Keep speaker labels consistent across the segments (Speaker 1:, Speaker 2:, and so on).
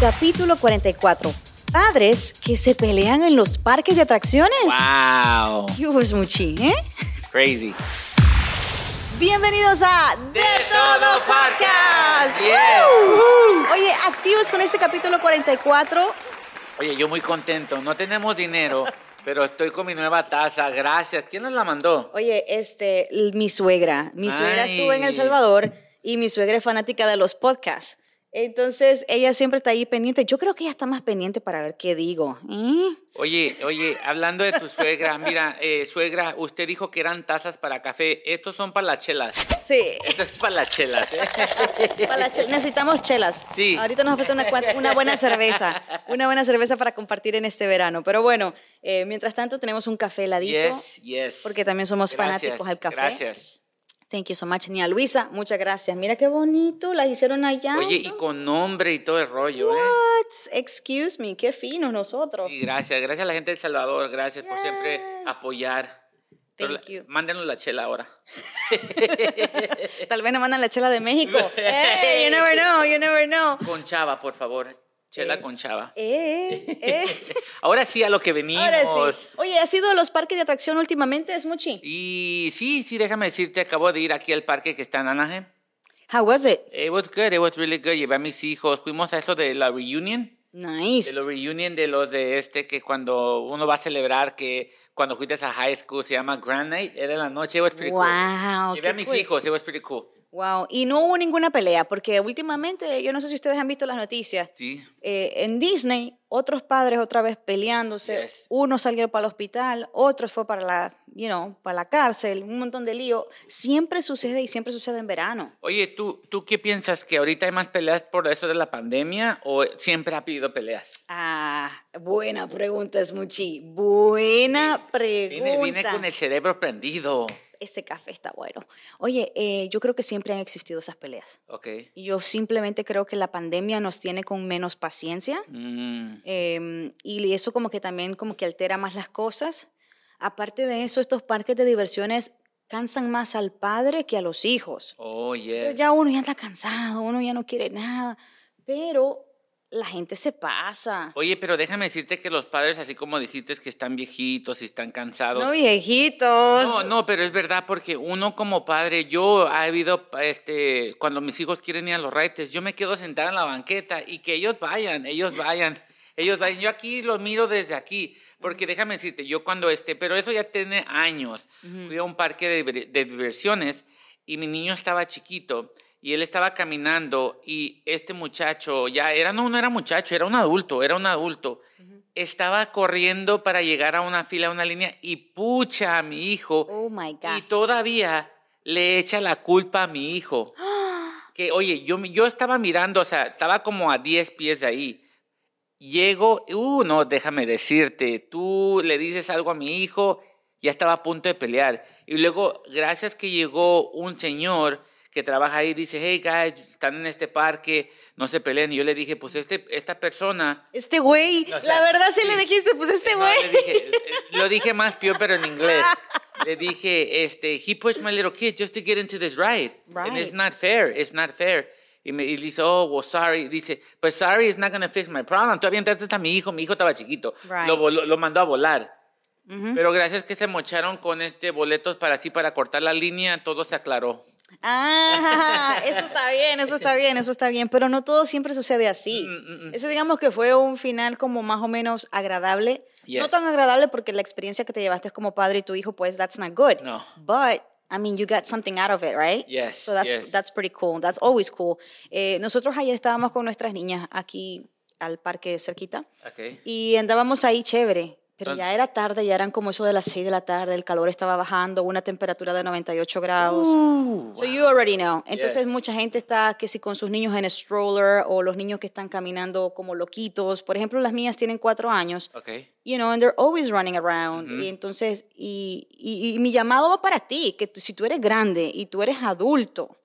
Speaker 1: Capítulo 44. Padres que se pelean en los parques de atracciones.
Speaker 2: ¡Wow!
Speaker 1: Y hubo es muchín, ¿eh?
Speaker 2: Crazy.
Speaker 1: Bienvenidos a
Speaker 2: De Todo Podcast. Yeah.
Speaker 1: ¡Woo! Oye, activos con este capítulo 44.
Speaker 2: Oye, yo muy contento. No tenemos dinero, pero estoy con mi nueva taza. Gracias. ¿Quién nos la mandó?
Speaker 1: Oye, este, l- mi suegra. Mi suegra
Speaker 2: Ay.
Speaker 1: estuvo en El Salvador y mi suegra es fanática de los podcasts. Entonces, ella siempre está ahí pendiente. Yo creo que ella está más pendiente para ver qué digo. ¿Mm?
Speaker 2: Oye, oye, hablando de tu suegra, mira, eh, suegra, usted dijo que eran tazas para café. Estos son para las chelas.
Speaker 1: Sí.
Speaker 2: Esto es para las chelas, ¿eh?
Speaker 1: Para las chel- necesitamos chelas.
Speaker 2: Sí.
Speaker 1: Ahorita nos falta una, cuan- una buena cerveza. Una buena cerveza para compartir en este verano. Pero bueno, eh, mientras tanto tenemos un café heladito.
Speaker 2: Yes, yes.
Speaker 1: Porque también somos
Speaker 2: Gracias,
Speaker 1: fanáticos al café.
Speaker 2: Gracias.
Speaker 1: Thank you so much. Ni a Luisa, muchas gracias. Mira qué bonito, las hicieron allá.
Speaker 2: Oye, y con nombre y todo el rollo, ¿eh?
Speaker 1: What? Excuse me, qué finos nosotros.
Speaker 2: Sí, gracias. Gracias a la gente de El Salvador. Gracias por siempre
Speaker 1: Yeah.
Speaker 2: apoyar. Pero
Speaker 1: Thank
Speaker 2: la-
Speaker 1: you.
Speaker 2: Mándenos la chela ahora.
Speaker 1: Tal vez nos mandan la chela de México. Hey, you never know, you never know.
Speaker 2: Con chava, por favor. Chela
Speaker 1: Eh.
Speaker 2: con chava.
Speaker 1: Eh, eh.
Speaker 2: Ahora sí a lo que venimos.
Speaker 1: Ahora sí. Oye, ¿has ido a los parques de atracción últimamente? Es muchi.
Speaker 2: Y sí, sí, déjame decirte, acabo de ir aquí al parque que está en Anaheim.
Speaker 1: How was it?
Speaker 2: It was good, it was really good. Llevé a mis hijos, fuimos a eso de la reunion.
Speaker 1: Nice.
Speaker 2: De la reunion de los de este que cuando uno va a celebrar que cuando fuiste a high school se llama Grand Night, era en la noche, it was pretty
Speaker 1: Wow,
Speaker 2: cool. Llevé
Speaker 1: qué
Speaker 2: a mis
Speaker 1: cool.
Speaker 2: hijos, it was pretty cool.
Speaker 1: Wow, y no hubo ninguna pelea, porque últimamente, yo no sé si ustedes han visto las noticias,
Speaker 2: Sí.
Speaker 1: eh, en Disney, otros padres otra vez peleándose,
Speaker 2: Yes.
Speaker 1: uno salió para el hospital, otro fue para la, you know, para la cárcel, un montón de lío. Siempre sucede y siempre sucede en verano.
Speaker 2: Oye, ¿tú, ¿tú qué piensas? ¿Que ahorita hay más peleas por eso de la pandemia o siempre ha habido peleas?
Speaker 1: Ah, buena pregunta, Smuchi. Buena pregunta.
Speaker 2: Vine, vine con el cerebro prendido.
Speaker 1: Ese café está bueno. Oye, eh, yo creo que siempre han existido esas peleas.
Speaker 2: Ok.
Speaker 1: Yo simplemente creo que la pandemia nos tiene con menos paciencia.
Speaker 2: Mm.
Speaker 1: Em, y eso como que también como que altera más las cosas. Aparte de eso, estos parques de diversiones cansan más al padre que a los hijos.
Speaker 2: Oh, yeah.
Speaker 1: Entonces ya uno ya anda cansado, uno ya no quiere nada, pero la gente se pasa.
Speaker 2: Oye, pero déjame decirte que los padres, así como dijiste que están viejitos y están cansados.
Speaker 1: No,
Speaker 2: No,
Speaker 1: viejitos.
Speaker 2: no, pero es verdad porque uno como padre, yo ha habido, este, cuando mis hijos quieren ir a los raites, yo me quedo sentada en la banqueta y que ellos vayan, ellos vayan. Ellos vayan, yo aquí los miro desde aquí, porque déjame decirte, yo cuando este, pero eso ya tiene años, fui a un parque de, divir- de diversiones y mi niño estaba chiquito y él estaba caminando y este muchacho, ya era, no, no era muchacho, era un adulto, era un adulto, estaba corriendo para llegar a una fila, a una línea, y pucha a mi hijo.
Speaker 1: Oh my
Speaker 2: Y
Speaker 1: God.
Speaker 2: todavía le echa la culpa a mi hijo. Que, oye, yo, mi- yo estaba mirando, o sea, estaba como a 10 pies de ahí. Llego, uh, no, déjame decirte, tú le dices algo a mi hijo, ya estaba a punto de pelear. Y luego, gracias que llegó un señor que trabaja ahí, dice, hey guys, están en este parque, no se peleen. Y yo le dije, pues este, esta persona
Speaker 1: Este güey,
Speaker 2: No, o sea,
Speaker 1: la verdad sí, le
Speaker 2: sí.
Speaker 1: dijiste, pues este
Speaker 2: no,
Speaker 1: güey.
Speaker 2: le dije- eh, lo dije más peor, pero en inglés. Le dije, este, he pushed my little kid just to get into this ride. And it's
Speaker 1: Right.
Speaker 2: not fair, it's not fair. Y me y dice, oh, well, sorry. Dice, but sorry is not going to fix my problem. Tú avientaste a mi hijo, mi hijo estaba chiquito.
Speaker 1: Right.
Speaker 2: Lo, voló- lo mandó a volar. Pero gracias que se mocharon con este boletos para así, para cortar la línea, todo se aclaró.
Speaker 1: Ah, eso está bien, eso está bien, eso está bien, pero no todo siempre sucede así.
Speaker 2: Mm,
Speaker 1: Eso digamos que fue un final como más o menos agradable. No
Speaker 2: Yes.
Speaker 1: tan agradable porque la experiencia que te llevaste como padre y tu hijo, pues that's not good.
Speaker 2: No.
Speaker 1: But I mean, you got something out of it, right?
Speaker 2: Yes,
Speaker 1: So that's
Speaker 2: yes.
Speaker 1: that's pretty cool. That's always cool. Eh, nosotros ayer estábamos con nuestras niñas aquí al parque cerquita
Speaker 2: Okay.
Speaker 1: y andábamos ahí chévere. Pero
Speaker 2: Tan-
Speaker 1: ya era tarde, ya eran como eso de las 6 de la tarde, el calor estaba bajando, una temperatura de 98 grados. So you already know. Entonces
Speaker 2: Yes.
Speaker 1: mucha gente está que si con sus niños en stroller o los niños que están caminando como loquitos. Por ejemplo, las mías tienen cuatro años,
Speaker 2: Okay.
Speaker 1: you know, and they're always running around. Y entonces, y, y- y mi llamado va para ti, que tú- si tú eres grande y tú eres adulto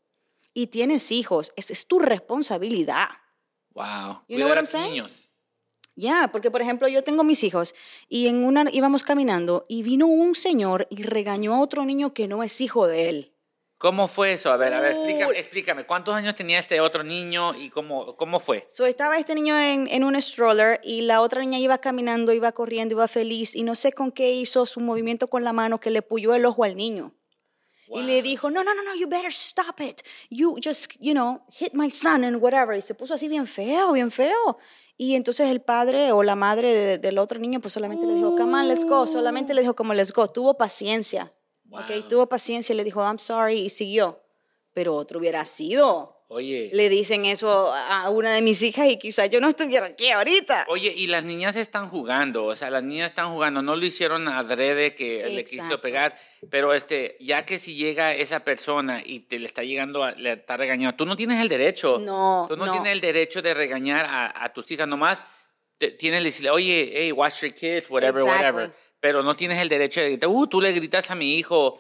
Speaker 1: y tienes hijos, esa es tu responsabilidad.
Speaker 2: Wow.
Speaker 1: You know what
Speaker 2: Cuidar a
Speaker 1: I'm
Speaker 2: tus
Speaker 1: saying?
Speaker 2: niños.
Speaker 1: Ya, porque por ejemplo yo tengo mis hijos y en una íbamos caminando y vino un señor y regañó a otro niño que no es hijo de él.
Speaker 2: ¿Cómo fue eso? A ver, a ver, explícame,
Speaker 1: Uy.
Speaker 2: explícame. ¿Cuántos años tenía este otro niño y cómo, cómo fue?
Speaker 1: So, estaba este niño en, en un stroller y la otra niña iba caminando, iba corriendo, iba feliz y no sé con qué hizo su movimiento con la mano que le puyó el ojo al niño. Y le
Speaker 2: Wow.
Speaker 1: dijo, no, no, no, no, you better stop it. You just, you know, hit my son and whatever. Y se puso así bien feo, bien feo. Y entonces el padre o la madre de- del otro niño pues solamente le dijo, come on, let's go. Solamente le dijo como let's go. Tuvo paciencia.
Speaker 2: Wow.
Speaker 1: Ok, tuvo paciencia y le dijo, I'm sorry y siguió. Pero otro hubiera sido
Speaker 2: Oye.
Speaker 1: le dicen eso a a una de mis hijas y quizás yo no estuviera aquí ahorita.
Speaker 2: Oye, y las niñas están jugando, o sea, las niñas están jugando, no lo hicieron adrede que le quiso
Speaker 1: Exacto.
Speaker 2: pegar, pero este, ya que si llega esa persona y te le está llegando, a- le está regañando, tú no tienes el derecho.
Speaker 1: No,
Speaker 2: Tú Oh, no,
Speaker 1: no.
Speaker 2: tienes el derecho de regañar a, a tus hijas, nomás te- tienes que decirle, oye, hey, watch your kids, whatever,
Speaker 1: Exacto.
Speaker 2: whatever, pero no tienes el derecho de gritar, uh, tú le gritas a mi hijo,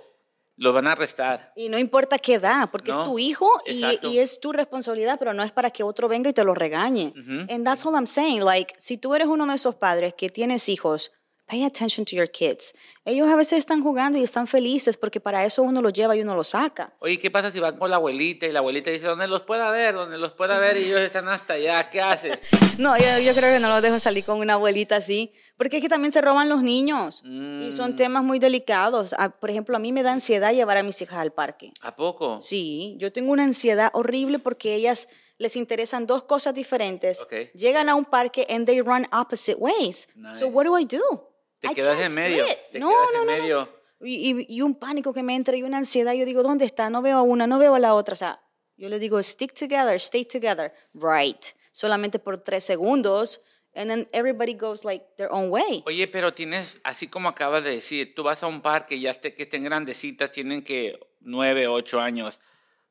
Speaker 2: lo van a arrestar.
Speaker 1: Y no importa qué edad, porque
Speaker 2: No,
Speaker 1: es tu hijo y,
Speaker 2: exacto.
Speaker 1: y es tu responsabilidad, pero no es para que otro venga y te lo regañe. And that's all I'm saying. Like, si tú eres uno de esos padres que tienes hijos, pay attention to your kids. Ellos a veces están jugando y están felices porque para eso uno los lleva y uno los saca.
Speaker 2: Oye, ¿qué pasa si van con la abuelita y la abuelita dice, donde los pueda ver, donde los pueda ver y ellos están hasta allá, ¿qué haces?
Speaker 1: No, yo, yo creo que no los dejo salir con una abuelita así, porque es que también se roban los niños y
Speaker 2: Mm.
Speaker 1: son temas muy delicados. Ah, por ejemplo, a mí me da ansiedad llevar a mis hijas al parque.
Speaker 2: ¿A poco?
Speaker 1: Sí, yo tengo una ansiedad horrible porque ellas les interesan dos cosas diferentes.
Speaker 2: Ok.
Speaker 1: Llegan a un parque and they run opposite ways.
Speaker 2: Nice.
Speaker 1: So what do I do?
Speaker 2: Te
Speaker 1: I
Speaker 2: quedas
Speaker 1: can't
Speaker 2: en medio.
Speaker 1: split.
Speaker 2: Te
Speaker 1: no,
Speaker 2: quedas
Speaker 1: no,
Speaker 2: en
Speaker 1: no, no.
Speaker 2: medio.
Speaker 1: Y, y- y un pánico que me entra y una ansiedad. Yo digo, ¿dónde está? No veo a una, no veo a la otra. O sea, yo les digo, stick together, stay together. Right. Solamente por tres segundos. And then everybody goes like their own way.
Speaker 2: Oye, pero tienes, así como acabas de decir, tú vas a un parque y ya esté- que estén grandecitas, tienen que nueve, ocho años.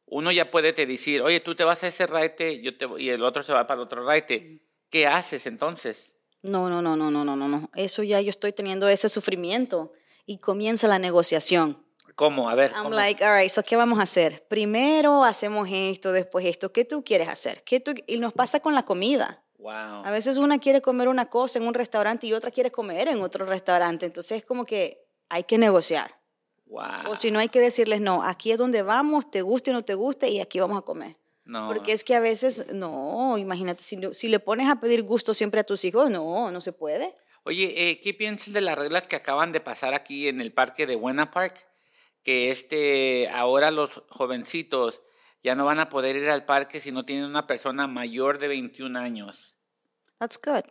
Speaker 2: Uno ya puede te decir, oye, tú te vas a ese raite yo te, voy- y el otro se va para el otro
Speaker 1: Mm.
Speaker 2: raite. ¿Qué haces entonces?
Speaker 1: No, no, no, no, no, no, no, no. Eso ya yo estoy teniendo ese sufrimiento. Y comienza la negociación.
Speaker 2: ¿Cómo? A ver.
Speaker 1: I'm
Speaker 2: ¿cómo?
Speaker 1: like, all right, so ¿qué vamos a hacer? Primero hacemos esto, después esto. ¿Qué tú quieres hacer? ¿Qué tú? Y nos pasa con la comida.
Speaker 2: wow.
Speaker 1: A veces una quiere comer una cosa en un restaurante y otra quiere comer en otro restaurante. Entonces es como que hay que negociar.
Speaker 2: wow.
Speaker 1: O si no, hay que decirles, no, aquí es donde vamos, te guste o no te guste, y aquí vamos a comer.
Speaker 2: No.
Speaker 1: Porque es que a veces, no, imagínate, si, no- si le pones a pedir gusto siempre a tus hijos, no, no se puede.
Speaker 2: Oye, eh, ¿qué piensas de las reglas que acaban de pasar aquí en el parque de Buena Park? Que este, ahora los jovencitos ya no van a poder ir al parque si no tienen una persona mayor de 21 años.
Speaker 1: That's good.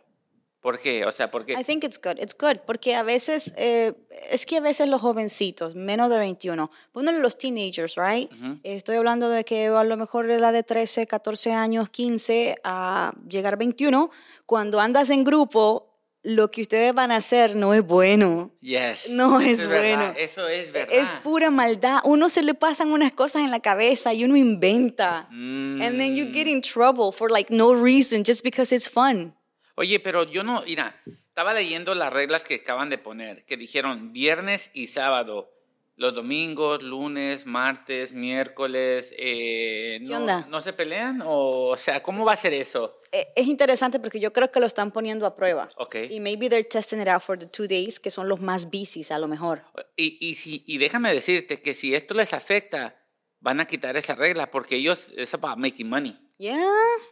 Speaker 2: ¿Por qué? O sea, porque
Speaker 1: I think it's good, it's good, porque a veces, eh, es que a veces los jovencitos, menos de 21, ponle los teenagers, right? Estoy hablando de que a lo mejor la edad de 13, 14 años, 15, a llegar 21, cuando andas en grupo, lo que ustedes van a hacer no es bueno.
Speaker 2: yes,
Speaker 1: No es
Speaker 2: verdad,
Speaker 1: bueno.
Speaker 2: Eso es verdad.
Speaker 1: Es pura maldad. Uno se le pasan unas cosas en la cabeza y uno inventa. And then you
Speaker 2: Mm.
Speaker 1: get in trouble for like no reason, just because it's fun.
Speaker 2: Oye, pero yo no, mira, estaba leyendo las reglas que acaban de poner, que dijeron viernes y sábado, los domingos, lunes, martes, miércoles, eh, no,
Speaker 1: onda?
Speaker 2: ¿no se pelean? O, o sea, ¿cómo va a ser eso?
Speaker 1: Eh, Es interesante porque yo creo que lo están poniendo a prueba.
Speaker 2: Ok.
Speaker 1: Y maybe they're testing it out for the two days, que son los más busy a lo mejor.
Speaker 2: Y, y, si, y déjame decirte que si esto les afecta, van a quitar esa regla, porque ellos, es about making money.
Speaker 1: Yeah.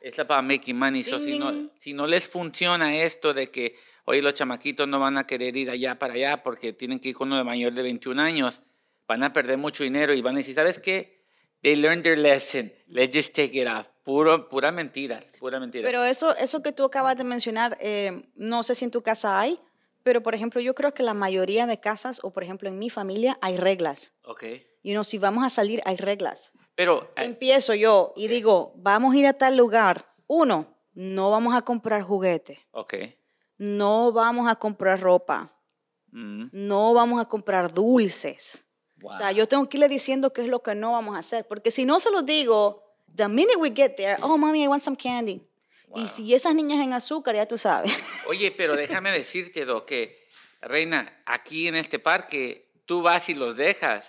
Speaker 2: Es para making money. so
Speaker 1: Ding,
Speaker 2: si, no,
Speaker 1: ding.
Speaker 2: si no les funciona esto de que hoy los chamaquitos no van a querer ir allá para allá porque tienen que ir con uno de mayor de 21 años, van a perder mucho dinero y van a decir, ¿sabes qué? They learned their lesson. Let's just take it off. Puro, pura mentira. Pura mentira.
Speaker 1: Pero eso, eso que tú acabas de mencionar, eh, no sé si en tu casa hay, pero por ejemplo, yo creo que la mayoría de casas, o por ejemplo en mi familia, hay reglas.
Speaker 2: ok.
Speaker 1: Y no, si vamos a salir, hay reglas.
Speaker 2: Pero, eh,
Speaker 1: Empiezo yo y digo, vamos a ir a tal lugar. Uno, no vamos a comprar juguete.
Speaker 2: ok.
Speaker 1: No vamos a comprar ropa.
Speaker 2: Mm,
Speaker 1: No vamos a comprar dulces.
Speaker 2: wow.
Speaker 1: O sea, yo tengo que irle diciendo qué es lo que no vamos a hacer, porque si no se lo digo, the minute we get there, oh, mami, I want some candy.
Speaker 2: Wow.
Speaker 1: Y si esas niñas en azúcar, ya tú sabes.
Speaker 2: Oye, pero déjame decirte, Do, que, Reina, aquí en este parque, tú vas y los dejas.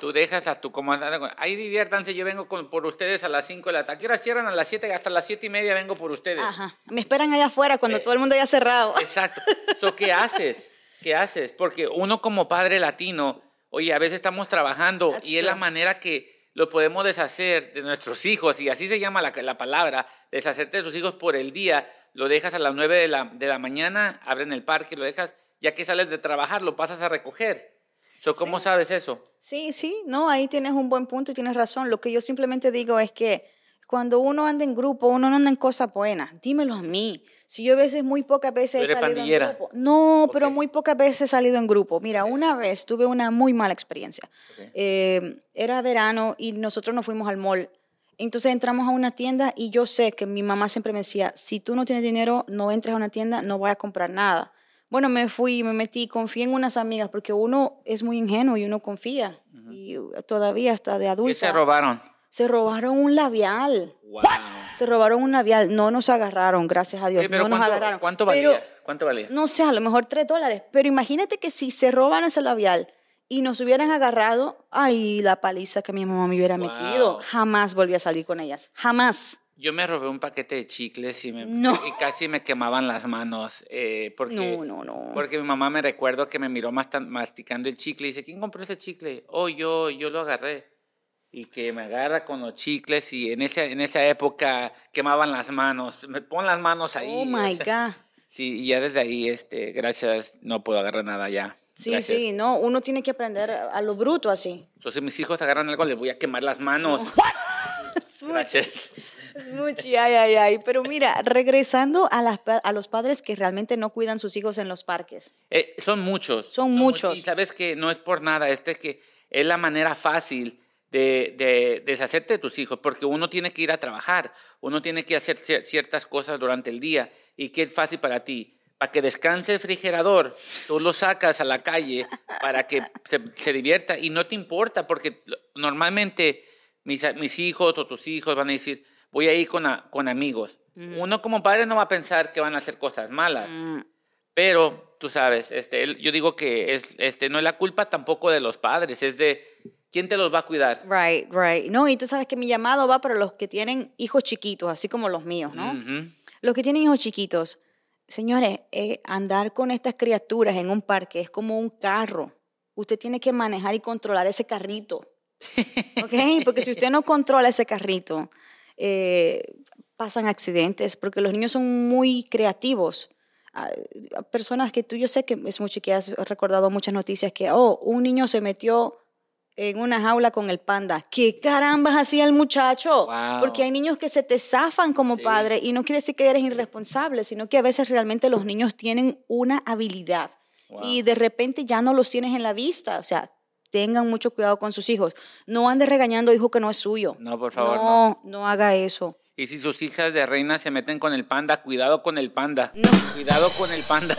Speaker 2: Tú dejas a tu comandante. Ahí diviértanse, yo vengo con- por ustedes a las 5 de la tarde. ¿A qué hora cierran? A las 7, hasta las 7 y media vengo por ustedes. Eh,
Speaker 1: Ajá. Me esperan allá afuera cuando todo el mundo haya cerrado.
Speaker 2: Exacto. So, ¿Qué haces? ¿Qué haces? Porque uno como padre latino, oye, a veces estamos trabajando
Speaker 1: That's
Speaker 2: y es la
Speaker 1: true.
Speaker 2: manera que lo podemos deshacer de nuestros hijos, y así se llama la, la palabra, deshacerte de sus hijos por el día, lo dejas a las 9 de la, de la mañana, abren el parque, lo dejas, ya que sales de trabajar, lo pasas a recoger. So, ¿Cómo
Speaker 1: Sí.
Speaker 2: sabes eso?
Speaker 1: Sí, sí, no, ahí tienes un buen punto y tienes razón. Lo que yo simplemente digo es que cuando uno anda en grupo, uno no anda en cosas buenas. Dímelo a mí. Si yo a veces, muy pocas veces he
Speaker 2: Tú eres
Speaker 1: salido
Speaker 2: pandillera.
Speaker 1: en grupo. No, pero
Speaker 2: Ok.
Speaker 1: muy pocas veces he salido en grupo. Mira, una vez tuve una muy mala experiencia.
Speaker 2: Ok.
Speaker 1: Eh, era verano y nosotros nos fuimos al mall. Entonces entramos a una tienda y yo sé que mi mamá siempre me decía, si tú no tienes dinero, no entres a una tienda, no vayas a comprar nada. Bueno, me fui, me metí, confié en unas amigas porque uno es muy ingenuo y uno confía. Y uh, todavía hasta de
Speaker 2: ¿Qué
Speaker 1: adulta.
Speaker 2: se robaron?
Speaker 1: Se robaron un labial.
Speaker 2: Wow.
Speaker 1: Se robaron un labial. No nos agarraron, gracias a Dios.
Speaker 2: Eh, pero
Speaker 1: no nos
Speaker 2: ¿cuánto,
Speaker 1: agarraron.
Speaker 2: cuánto
Speaker 1: Pero-
Speaker 2: valía? ¿Cuánto valía?
Speaker 1: no sé, a lo mejor tres dólares, pero imagínate que si se roban ese labial y nos hubieran agarrado, ay, la paliza que mi mamá me hubiera
Speaker 2: Wow.
Speaker 1: metido, jamás volví a salir con ellas, jamás.
Speaker 2: Yo me robé un paquete de chicles y, me-
Speaker 1: No.
Speaker 2: y casi me quemaban las manos. eh, porque,
Speaker 1: No, no, no.
Speaker 2: Porque mi mamá me recuerdo que me miró mastan- masticando el chicle y dice, ¿quién compró ese chicle? Oh, yo, yo lo agarré. Y que me agarra con los chicles y en esa, en esa época quemaban las manos. Me pon las manos ahí.
Speaker 1: oh
Speaker 2: o
Speaker 1: my
Speaker 2: sea.
Speaker 1: God.
Speaker 2: Sí, y ya desde ahí, este, gracias, no puedo agarrar nada ya.
Speaker 1: Sí,
Speaker 2: Gracias.
Speaker 1: sí, no, uno tiene que aprender a a lo bruto así.
Speaker 2: Entonces mis hijos agarran algo, les voy a quemar las manos. Gracias.
Speaker 1: Es mucho, ay, ay, ay. Pero mira, regresando a, las pa- a los padres que realmente no cuidan sus hijos en los parques.
Speaker 2: Eh, son muchos.
Speaker 1: Son muchos.
Speaker 2: Y sabes que no es por nada, este que es la manera fácil de, de deshacerte de tus hijos, porque uno tiene que ir a trabajar, uno tiene que hacer cier- ciertas cosas durante el día. ¿Y qué es fácil para ti? Para que descanse el refrigerador, tú lo sacas a la calle para que se, se divierta y no te importa, porque lo- normalmente mis, a- mis hijos o tus hijos van a decir, voy a ir con, a- con amigos. Uno como padre no va a pensar que van a hacer cosas malas.
Speaker 1: Mm,
Speaker 2: Pero tú sabes, este, el- yo digo que es, este, no es la culpa tampoco de los padres, es de quién te los va a cuidar.
Speaker 1: Right, right. No, y tú sabes que mi llamado va para los que tienen hijos chiquitos, así como los míos, ¿no?
Speaker 2: Ujú.
Speaker 1: Los que tienen hijos chiquitos, señores, eh, andar con estas criaturas en un parque es como un carro. Usted tiene que manejar y controlar ese carrito. ¿Ok? Porque si usted no controla ese carrito, eh, pasan accidentes, porque los niños son muy creativos. Ah, Personas que tú, yo sé que es mucho que has recordado muchas noticias que, oh, un niño se metió en una jaula con el panda. ¿Qué carambas hacía el muchacho?
Speaker 2: Wow.
Speaker 1: Porque hay niños que se te zafan como
Speaker 2: Sí.
Speaker 1: padre y no quiere decir que eres irresponsable, sino que a veces realmente los niños tienen una habilidad
Speaker 2: Wow.
Speaker 1: y de repente ya no los tienes en la vista. O sea, tengan mucho cuidado con sus hijos. No andes regañando a hijo que no es suyo.
Speaker 2: No, por favor,
Speaker 1: No, no haga eso.
Speaker 2: Y si sus hijas de reina se meten con el panda, cuidado con el panda. Cuidado con el panda.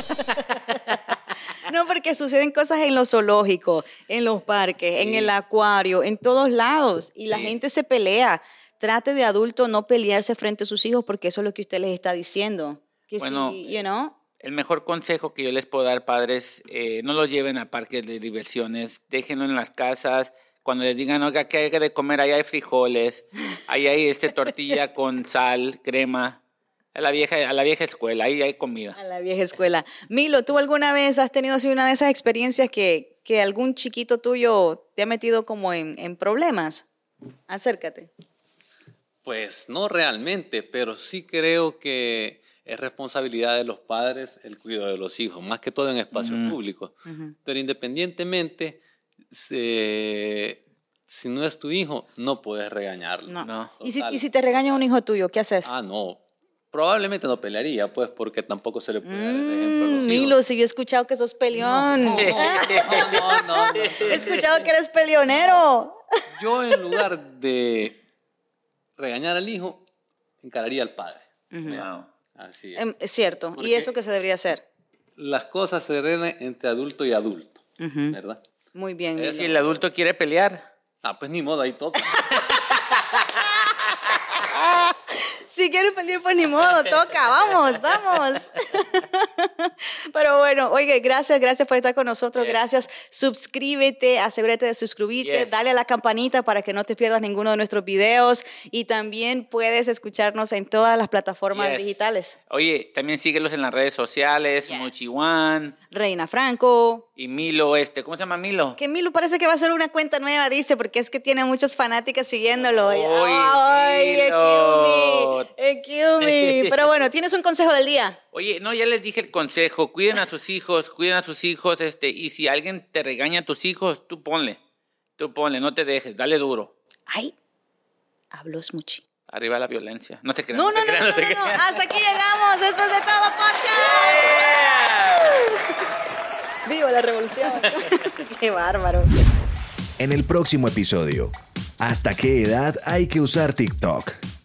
Speaker 1: No, porque suceden cosas en los zoológicos, en los parques, en
Speaker 2: Sí.
Speaker 1: el acuario, en todos lados. Y la
Speaker 2: Sí.
Speaker 1: gente se pelea. Trate de adulto no pelearse frente a sus hijos porque eso es lo que usted les está diciendo. Que
Speaker 2: Bueno,
Speaker 1: si, you know,
Speaker 2: El mejor consejo que yo les puedo dar, padres, eh, no lo lleven a parques de diversiones, déjenlo en las casas. Cuando les digan, oiga, ¿qué hay de comer? Ahí hay frijoles, ahí hay este, tortilla con sal, crema. A la vieja, a la vieja escuela, ahí hay comida.
Speaker 1: a la vieja escuela. Milo, ¿tú alguna vez has tenido así una de esas experiencias que, que algún chiquito tuyo te ha metido como en, en problemas? Acércate.
Speaker 3: Pues no realmente, pero sí creo que es responsabilidad de los padres el cuidado de los hijos, más que todo en espacios públicos. Pero independientemente, se- si no es tu hijo, no puedes regañarlo.
Speaker 1: No. pues.
Speaker 2: No.
Speaker 1: ¿Y, si, y
Speaker 3: Total.
Speaker 1: si te regaña un hijo tuyo, ¿qué haces?
Speaker 3: Ah, no. Probablemente no pelearía, pues, porque tampoco se le puede dar el ejemplo a
Speaker 1: Mm,
Speaker 3: los hijos.
Speaker 1: Milo, si yo he escuchado que sos peleón.
Speaker 3: No, no, no, no.
Speaker 1: He escuchado que eres peleonero.
Speaker 3: Yo en lugar de regañar al hijo, encararía al padre.
Speaker 2: Wow.
Speaker 3: Así es.
Speaker 1: Em, Es cierto.
Speaker 3: ¿Por
Speaker 1: ¿Y
Speaker 3: qué?
Speaker 1: eso que se debería hacer?
Speaker 3: Las cosas se arreglan entre adulto y adulto, ¿verdad?
Speaker 1: Muy bien,
Speaker 3: Es
Speaker 2: Si
Speaker 1: Milo.
Speaker 2: el adulto quiere pelear,
Speaker 3: Ah, pues ni modo, ahí toca.
Speaker 1: Si quieres pelear, pues ni modo, toca. Vamos, vamos. Pero bueno, oye, gracias, gracias por estar con nosotros.
Speaker 2: Yes.
Speaker 1: Gracias. Suscríbete, asegúrate de suscribirte,
Speaker 2: Yes.
Speaker 1: dale a la campanita para que no te pierdas ninguno de nuestros videos y también puedes escucharnos en todas las plataformas
Speaker 2: Yes.
Speaker 1: digitales.
Speaker 2: Oye, también síguelos en las redes sociales,
Speaker 1: Yes.
Speaker 2: Mochiwan
Speaker 1: Reina Franco.
Speaker 2: y Milo este. ¿Cómo se llama Milo?
Speaker 1: Que Milo parece que va a ser una cuenta nueva, dice, porque es que tiene muchas fanáticas siguiéndolo.
Speaker 2: Ay, Milo.
Speaker 1: Ay, Ekumi, Ekumi. Pero bueno, tienes un consejo del día.
Speaker 2: Oye, no, ya les dije el consejo. Cuiden a sus hijos, cuiden a sus hijos, este, y si alguien te regaña a tus hijos, tú ponle, tú ponle, no te dejes, dale duro.
Speaker 1: Ay, habló Smuchi.
Speaker 2: Arriba la violencia. No te creas.
Speaker 1: No, no, no,
Speaker 2: te
Speaker 1: no, no,
Speaker 2: creas, te
Speaker 1: no,
Speaker 2: creas.
Speaker 1: Hasta aquí llegamos. Esto es de todo podcast. ¡Viva la revolución! ¡Qué bárbaro!
Speaker 4: En el próximo episodio, ¿hasta qué edad hay que usar TikTok?